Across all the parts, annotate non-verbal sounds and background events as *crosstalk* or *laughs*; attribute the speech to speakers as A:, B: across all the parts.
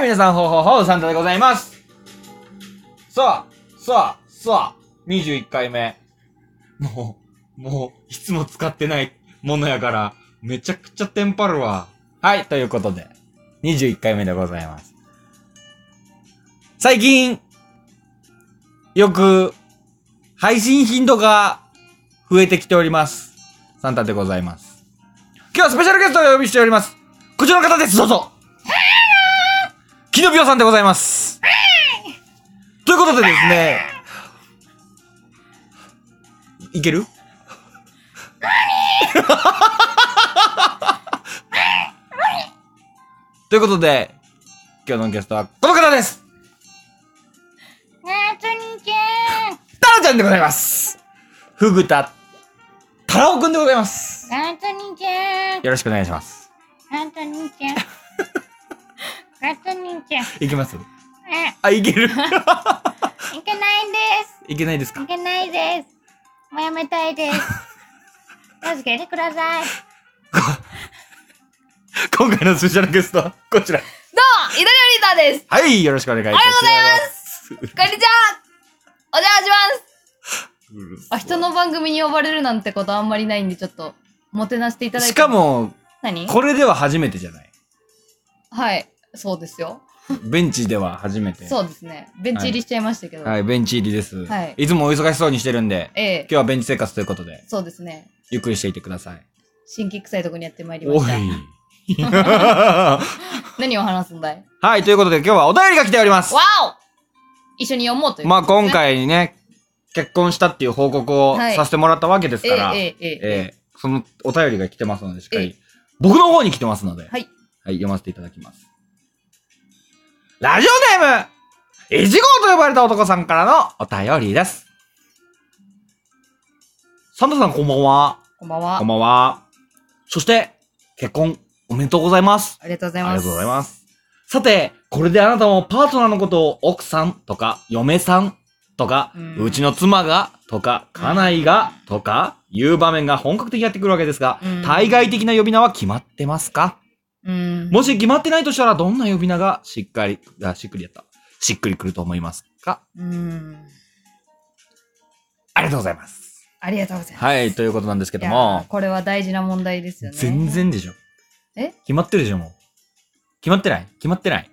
A: い、皆さん、ほうほうほう、サンタでございます。さあ、さあ、さあ、21回目。もう、もう、いつも使ってないものやから、めちゃくちゃテンパるわ。はい、ということで、21回目でございます。最近、よく、配信頻度が増えてきております。サンタでございます。今日はスペシャルゲストをお呼びしております。こちらの方です、どうぞ木のびおさんでございます。ということでですね、いけるということで、今日のゲストはこの方です
B: ねえ、トニーちゃん。
A: タラちゃんでございますふぐた、タラオくんでございます
B: なあ、トニーちゃん。
A: よろしくお願いします。
B: なあ、トニーちゃん。なあ、トニーちゃん。
A: いきます
B: え、
A: あ、い *laughs* ける
B: いけないです。
A: いけないですか
B: いけないです。もうやめたいです。助けてください。
A: 今回のスペシャルゲストはこちら。
C: どうも、イタリアリーターです。
A: はい、よろしくお願いいたします。
C: おはよこんにちはお邪魔します
A: うるさ
C: あ、人の番組に呼ばれるなんてことあんまりないんで、ちょっと、もてなしていただい
A: し
C: て。
A: か、も、
C: 何
A: これでは初めてじゃない。
C: はい、そうですよ。
A: ベンチでは初めて。
C: そうですね。ベンチ入りしちゃいましたけど。
A: はい、ベンチ入りです。
C: はい
A: いつもお忙しそうにしてるんで、
C: え
A: 今
C: え
A: 日はベンチ生活ということで、
C: そうですね。
A: ゆっくりしていてください。
C: 新規臭いとこにやってまいりま
A: お
C: し
A: い
C: た。。
A: は
C: 何を話すんだい
A: い、ということで今日 *laughs* はお便りが来ております
C: わ。お一緒に読もうという
A: まあ
C: ことで
A: 今
C: すね。
A: 回ね、結婚したっていう報告を
C: はい
A: させてもらったわけですから、
C: ええええええ
A: ええそのお便りが来てますので、しっか
C: え
A: り、僕の方に来てますので、
C: はい。
A: はい、読ませていただきます。ラジオネーム、いちごと呼ばれた男さんからのお便りです。サンタさんこんばんは。
C: こんばんは。
A: こんばんは。そして、結婚おめでとうございます。
C: ありがとうござい
A: あり
C: ます。
A: がとうございます。さて、これであなたもパートナーのことを奥さんとか嫁さんとか、
C: うん
A: うちの妻がとか家内がとかいう場面が本格的にやってくるわけですが
C: うん、
A: 対外的な呼び名は決まってますか
C: うん。
A: もし決まってないとしたら、どんな呼び名がしっかり、あ、しっくりやった。しっくりくると思いますか
C: うん。
A: ありがとうございます。
C: ありがとうございます。
A: はい、ということなんですけ
C: い
A: ど
C: や
A: も
C: ー、これは大事な問題ですよね。
A: 全然でしょ。
C: え
A: 決まってるでしょ、もう。決まってない決まってない。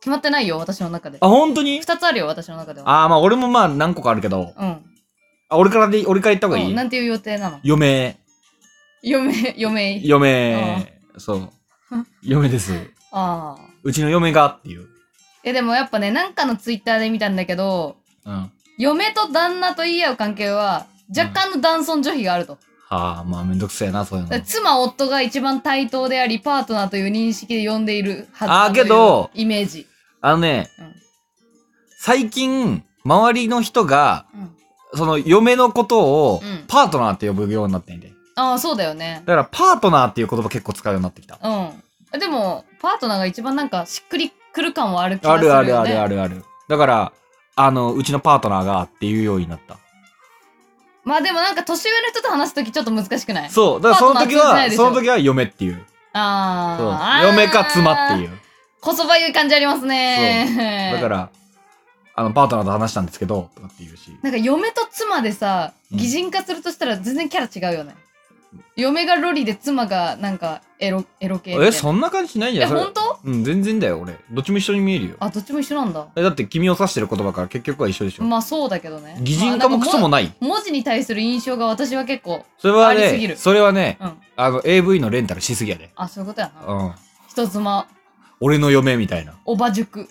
C: 決まってないよ、私の中で。
A: あ、本当に
C: 二つあるよ、私の中では。
A: あー、まあ俺もまあ何個かあるけど、
C: うん。
A: あ、俺からで、俺から言った方がい
C: うん
A: い
C: なんていう予定なの
A: 嫁、
C: 嫁、嫁。
A: 嫁、そう。嫁です。
C: ああ。
A: うちの嫁がっていう。
C: え、でもやっぱね、なんかのツイッターで見たんだけど、
A: うん。は
C: 嫁と旦那と言い合う関係は、若干の男尊女卑があると。
A: あ、まあめんどくせえな、そういう
C: だから
A: の。
C: 妻、夫が一番対等であり、パートナーという認識で呼んでいるはず
A: あ
C: だ
A: ー
C: という
A: けど
C: イメージ。
A: あのね、
C: うん
A: 最近、周りの人が、
C: うん。
A: その嫁のことを
C: うん
A: パートナーって呼ぶようになってんで。
C: ああ、そうだよね。
A: だからパートナーっていう言葉結構使うようになってきた。
C: うん。でも、パートナーが一番なんかしっくりくる感はある気
A: あ
C: がする
A: る
C: よ、ね。
A: あるあるあるある。だから、あの、うちのパートナーがっていうようになった。
C: まあでもなんか年上の人と話すときちょっと難しくない
A: そう。だからその時
C: パートナー通じない
A: は、
C: でしょ
A: その時は嫁っていう。そう
C: ああ。
A: 嫁か妻って
C: う。
A: いう。
C: こそばゆい感じありますね。
A: だか。ら、あの、パートナーと話したんですけど、とかっていうし。
C: なんか嫁と妻でさ、
A: うん
C: 擬人化するとしたら全然キャラ違うよね。嫁がロリで妻がなんかエロ、エロ系みたいな。
A: え、そんな感じしないんじ
C: え、
A: ゃない
C: ほんと
A: うん、全然だよ、俺。どっちも一緒に見えるよ。
C: あ、どっちも一緒なんだ。
A: えだって君を指してる言葉から結局は一緒でしょ。
C: まあそうだけどね。
A: 擬人化もクソ
C: ま
A: も
C: あなんか
A: ない。
C: 文字に対する印象が私は結構、
A: それは
C: ありすぎ
A: ね、
C: る
A: それはね、
C: うん。
A: あの、AV のレンタルしすぎやで。
C: あ、そういうことやな。
A: うん。
C: 人妻、
A: 俺の嫁みたいな。
C: おば塾。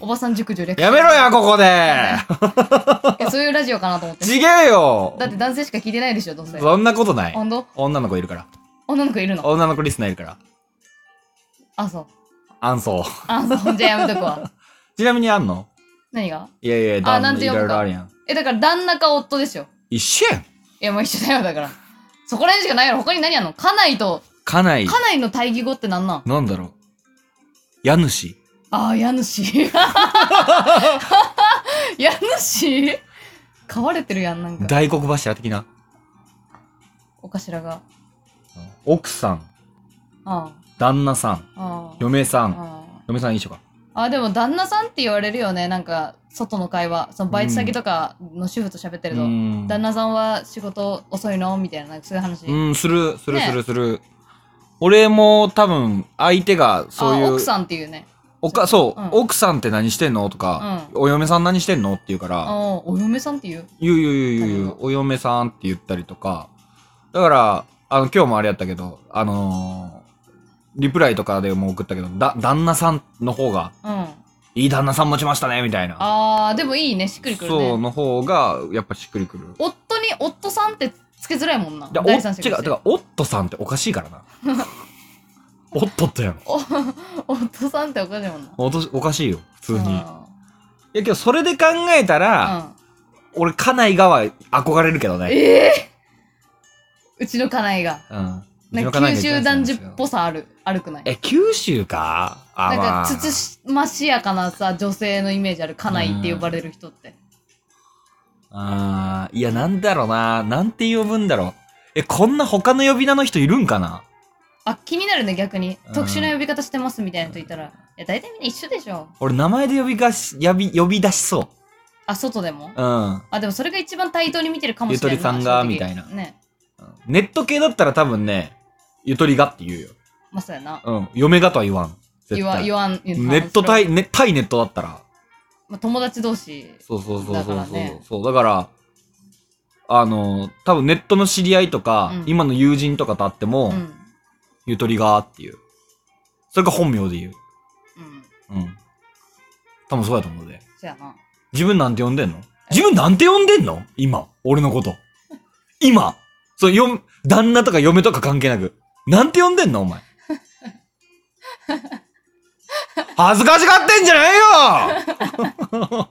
C: おばさん塾女略。
A: やめろや、ここ
C: *laughs*
A: で
C: えそういうラジオかなと思って。
A: ちげえよ
C: だって男性しか聞いてないでしょ、どうせ。
A: そんなことない
C: ほ。んと
A: 女の子いるから。
C: 女の子いるの
A: 女の子リスナーいるから。
C: あ、そう。
A: あんそう。
C: あ、そう。じゃあやめとくわ。
A: *laughs* ちなみにあんの
C: 何が
A: いやいや、
C: あ
A: 旦
C: なん
A: い
C: て呼
A: ろ
C: ぶか
A: いろあるやん。
C: え、だから旦那か夫ですよ。
A: 一緒やん。
C: いや、もう一緒だよ、だから。そこら辺しかないやろ。他に何やんの家内と、
A: 家内。
C: 家内の対義語ってなんなん
A: なんだろう。家主。
C: ああ、家
A: *laughs*
C: 主。家主飼われてるやん、なんか。
A: 大黒柱的な。
C: お頭が。
A: 奥さん、
C: あ
A: 旦那さん、
C: あ、ああ、
A: 嫁さん。
C: あ
A: 嫁さん一緒か。
C: あ、でも旦那さんって言われるよね。なんか、外の会話。そのバイト先とかの主婦と喋ってると。
A: うん
C: 旦那さんは仕事遅いのみたいな、なんかそういう話。
A: うん、する、する、
C: ね
A: する、する。俺も多分、相手がそういう。
C: あ、奥さんっていうね。
A: おか、そう、
C: うん
A: 奥さんって何してんのとか、お嫁さん何してんのって言うから、
C: あお嫁さんっていう。
A: 言う言う言う言う言
C: なる
A: う
C: ほ、
A: お嫁さんって言ったりとか、だから、あの、今日もあれやったけど、あのーリプライとかでも送ったけど、だ、旦那さんの方が、
C: うん。あ
A: いい旦那さん持ちましたね、みたいな。
C: あー、でもいいね。しっくりくる
A: そう、
C: ね。
A: の方が、やっぱしっくりくる。
C: 夫に夫さんってつけづらいもんな。
A: でお
C: 第三者
A: 違う、だ
C: として
A: から、オットさんっておかしいから
C: *laughs*
A: な。オットってやん。
C: お夫さんっておかしいもんな。
A: おとおかしいよ、普通に。い
C: あ
A: や、けど、それで考えたら、
C: ーうん
A: 俺、家内がは憧れるけどね。
C: ええうちの家内が。
A: うん。
C: なんか九州男児っぽ
A: さ。
C: さある、悪くない。
A: え、九州かあ、
C: なん
A: まあ
C: か、つつましやかなさ、女性のイメージある、家内って呼ばれる人って。
A: あーいや、なんだろうな。なんて呼ぶんだろう。え、こんな他の呼び名の人いるんかな
C: あ、気になるね、逆に
A: うん。
C: 特殊な呼び方してますみたいな人いたら。いや、大体みんな一緒でしょ。
A: 俺、名前で呼びがし、呼び、呼び出しそ
C: あ、外でも
A: う。うん。
C: あ、でもそれが一番対等に見てるかもしれない。
A: ゆとりさんが
C: 正直
A: みたいな
C: ね。
A: ネット系だったら多分ね、ゆとりがって言うよ。
C: まあ、そうやな。
A: うん。嫁がとは言わん。絶
C: 言わ、
A: 対。
C: 言わん、言
A: ネット対、ね、対ネットだったら。
C: まあ、友達同士。
A: そうそうそうそう
C: だ
A: そ
C: か
A: う、
C: らね
A: そう、だから、あの、多分ネットの知り合いとか、
C: うん
A: 今の友人とかと会っても、
C: うん。うん。
A: ゆとりがーっていう。それか本名で言う。うん。多分そうやと思うで。
C: そうやな。
A: 自分なんて呼んでんの自分なんて呼んでんの今。俺のこと。今。そう、よ、旦那とか嫁とか関係なく。なんて呼んでんのお前。恥ずかしがってんじゃないよ *laughs*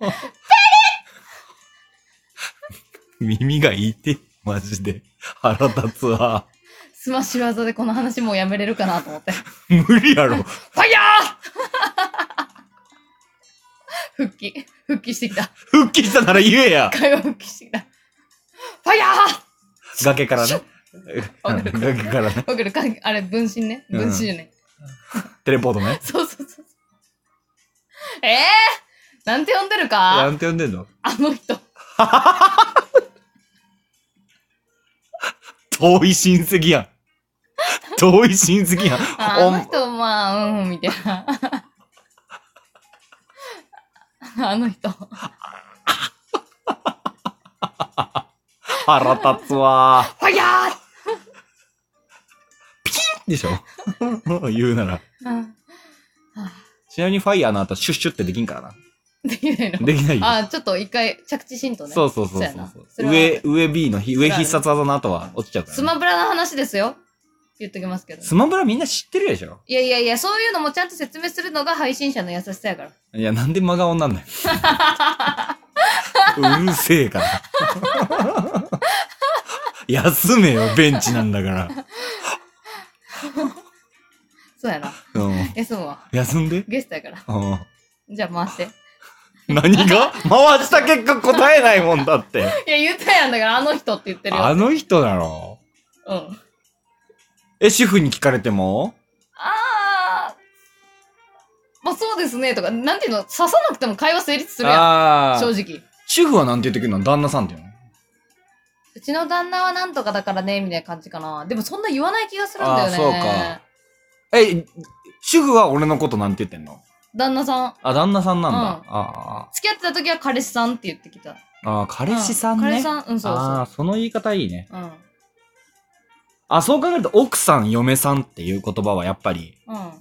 A: 耳がいいて、マジで。腹立つわ。
C: スマッシュ技でこの話もうやめれるかなと思って。 *laughs*
A: 無理やろ。
C: ファイヤー *laughs* 復帰。復帰してきた。
A: 復帰したなら言えや。
C: 会話復帰してきた。ファイヤー
A: 崖からね。うん崖からね。
C: わかるかあれ、分身ね。分身じゃない。
A: テレポートね。
C: そうそうそう。ええー、なんて呼んでる
A: な
C: か
A: んて呼んでんの
C: あの人。
A: 遠い親戚やん。遠い親戚やん。
C: *laughs* ああの人、まあ、うん、みたい
A: *laughs*
C: な。あの人。フ
A: お腹立つわ
C: ァイヤ
A: ー。でしょ *laughs* 言うなら。
C: ーうん
A: ちなみにファイヤーの後、シュッシュってできんからな。
C: できないの
A: できないよ。
C: あーちょっと一回着地しんとね。
A: そうそうそう
C: そ
A: そ
C: うやな
A: う
C: それは
A: 上、上 B のひ、上
C: それはね
A: 必殺技の後は落ちちゃうから
C: ス
A: ね、
C: マブラの話ですよ。言っときますけど。
A: スマブラみんな知ってるでしょ
C: いやいやいや、そういうのもちゃんと説明するのが配信者の優しさやから。
A: いや、なんで真顔になんない
C: *laughs*
A: うるせえ
C: *laughs*
A: から。休めよ、ベンチなんだから。
C: そうやな。
A: うん。
C: 休むわ。
A: 休んで。
C: ゲストやから。
A: うん。
C: じゃあ回して。
A: 何
C: *laughs*
A: が回した結果答えないもんだって。
C: いや、言ったやんだ *laughs* から、あの人って言ってるよ。
A: あの人だろ。
C: うん。
A: え、主婦に聞かれても
C: あー。まあそうですね、とか、なんていうの、刺さなくても会話成立するやん。
A: ああ。
C: 正直。
A: 主婦はなんて言ってくるの旦那さんって言うの
C: うちの旦那はなんとかだからね、みたいな感じかな。でもそんな言わない気がするんだよね。
A: あーそうか。え、主婦は俺のことなんて言ってんの
C: 旦那さん。
A: あ、旦那さんなんだ。
C: うん
A: あ
C: 付き合ってた時は彼氏さんって言ってきた。
A: あ。ああ、彼氏さんね。
C: う彼氏さん、うん、そう
A: あ
C: そ
A: あ、その言い方いいね。
C: う。うん。
A: あ、そう考えると、奥さん、嫁さんっていう言葉はやっぱり、
C: うん。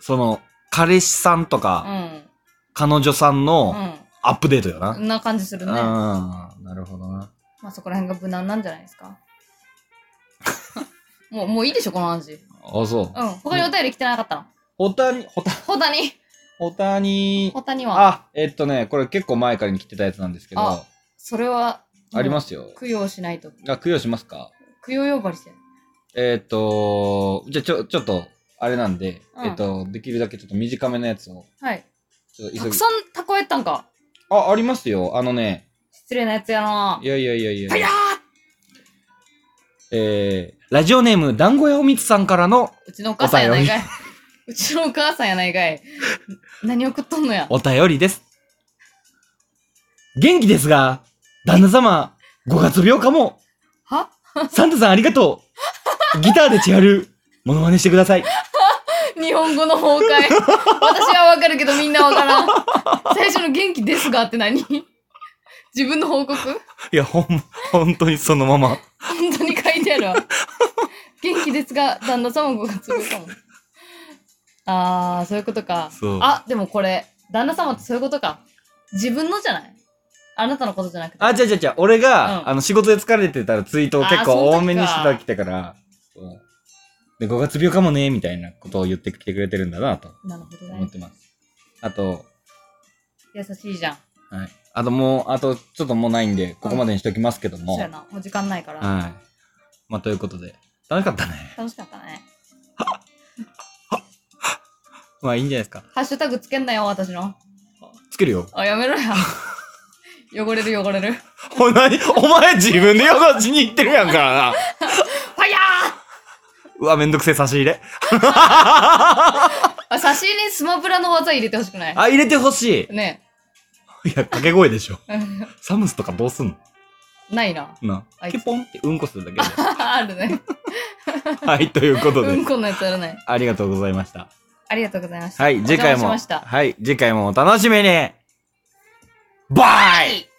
A: その、彼氏さんと
C: う
A: か、
C: ん。
A: 彼女さんの
C: う
A: アップデートよな。
C: ん。な感じするね。ま
A: ああ、なるほどな。
C: あそこら辺が無難なんじゃないですか。もう、もういいでしょ、この話。
A: あ、そう。
C: うん。他にお便り来てなかったの。
A: ほたに、ほた、
C: ほたに、
A: ほたに
C: ほ、たには。
A: あ、えっとね、これ結構前からに来てたやつなんですけど、あ
C: あそれは、。
A: りますすよ。
C: 供養しないと。
A: あ、供養しますか
C: 供養呼ばわりしてる。
A: えっ、と、じゃあちょ、ちょっと、あれなんで、
C: うん
A: えっと、できるだけちょっと短めのやつを、
C: はい。
A: ちょっと急
C: たく
A: ぎ。
C: さん蓄えたんか。
A: あ、ありますよ。あのね、。
C: 失礼なやつやない
A: やいやいやいや
C: は
A: いや
C: やー。
A: えー、ラジオネーム、団子屋おみつさんからの、
C: うちのお母さんやないかい。うちのお母さんやないかい。何送っとんのや。
A: お便りです。元気ですが、旦那様、5月病かも。
C: は
A: サンタさんありがとう。ギターでチャる。モノマネしてください。
C: 日本語の崩壊。 *laughs* 私はわかるけどみんなわからん。最初の元気ですがって何自分の報告
A: いや、ほん、本当にそのまま。
C: 本当に書いてあるわ。元気ですが、旦那さんも5月病かも。あー、そういうことか。
A: そう
C: あ、でもこれ、旦那様ってそういうことか。自分のじゃないあなたのことじゃなくて。
A: あ、じゃあじゃあじゃあ、俺が、
C: うん
A: あの、仕事で疲れてたらツイートを結
C: あーその
A: 構
C: 時か
A: 多めにしてたきてから、そうで、5月病かもね、みたいなことを言ってきてくれてるんだな、と
C: なるほど
A: 思っ
C: ね。
A: てます。あと、
C: 優しいじゃん。
A: はい。あともう、あと、ちょっともうないんで、ここまでにしときますけども。
C: そうやな。もう時間ないから。
A: はい。まあ、ということで、楽しかったね。
C: 楽しかったね。
A: まあ、いいんじゃないですか。
C: ハッシュタグつけんなよ、私の。
A: つけるよ。 *laughs*
C: あ、やめろ *laughs* や。汚れる汚れる。フ
A: お前、お前自分で汚しに行ってるやんからな。
C: *laughs* ァイヤ
A: うわ、めんどくせえ差し入れ。
C: ーあ、差し入れにスマブラの技入れてほしくない
A: あ、入れてほし
C: ね
A: *laughs* い。いや、掛け声でしょ。
C: え
A: サムスとかどうすんの
C: ないな。 *laughs*
A: な
C: あ。いつ
A: キポンってうんこするだけで。
C: あるね。
A: *laughs* はい、ということ
C: う
A: で
C: ん、このやつやらない。
A: ありがとうございました。
C: ありがとうございました。
A: はい、次回
C: お
A: も、
C: 邪魔しました
A: はい、次回もお楽しみにバイ
C: はい